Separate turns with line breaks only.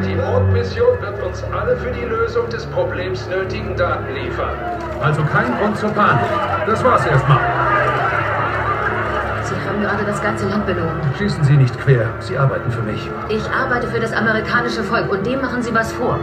Mondmission wird uns alle für die Lösung des Problems nötigen Daten liefern.
Also kein Grund zur Panik. Das war's erstmal.
Sie haben gerade das ganze Land belogen.
Schießen Sie nicht quer. Sie arbeiten für mich.
Ich arbeite für das amerikanische Volk und dem machen Sie was vor.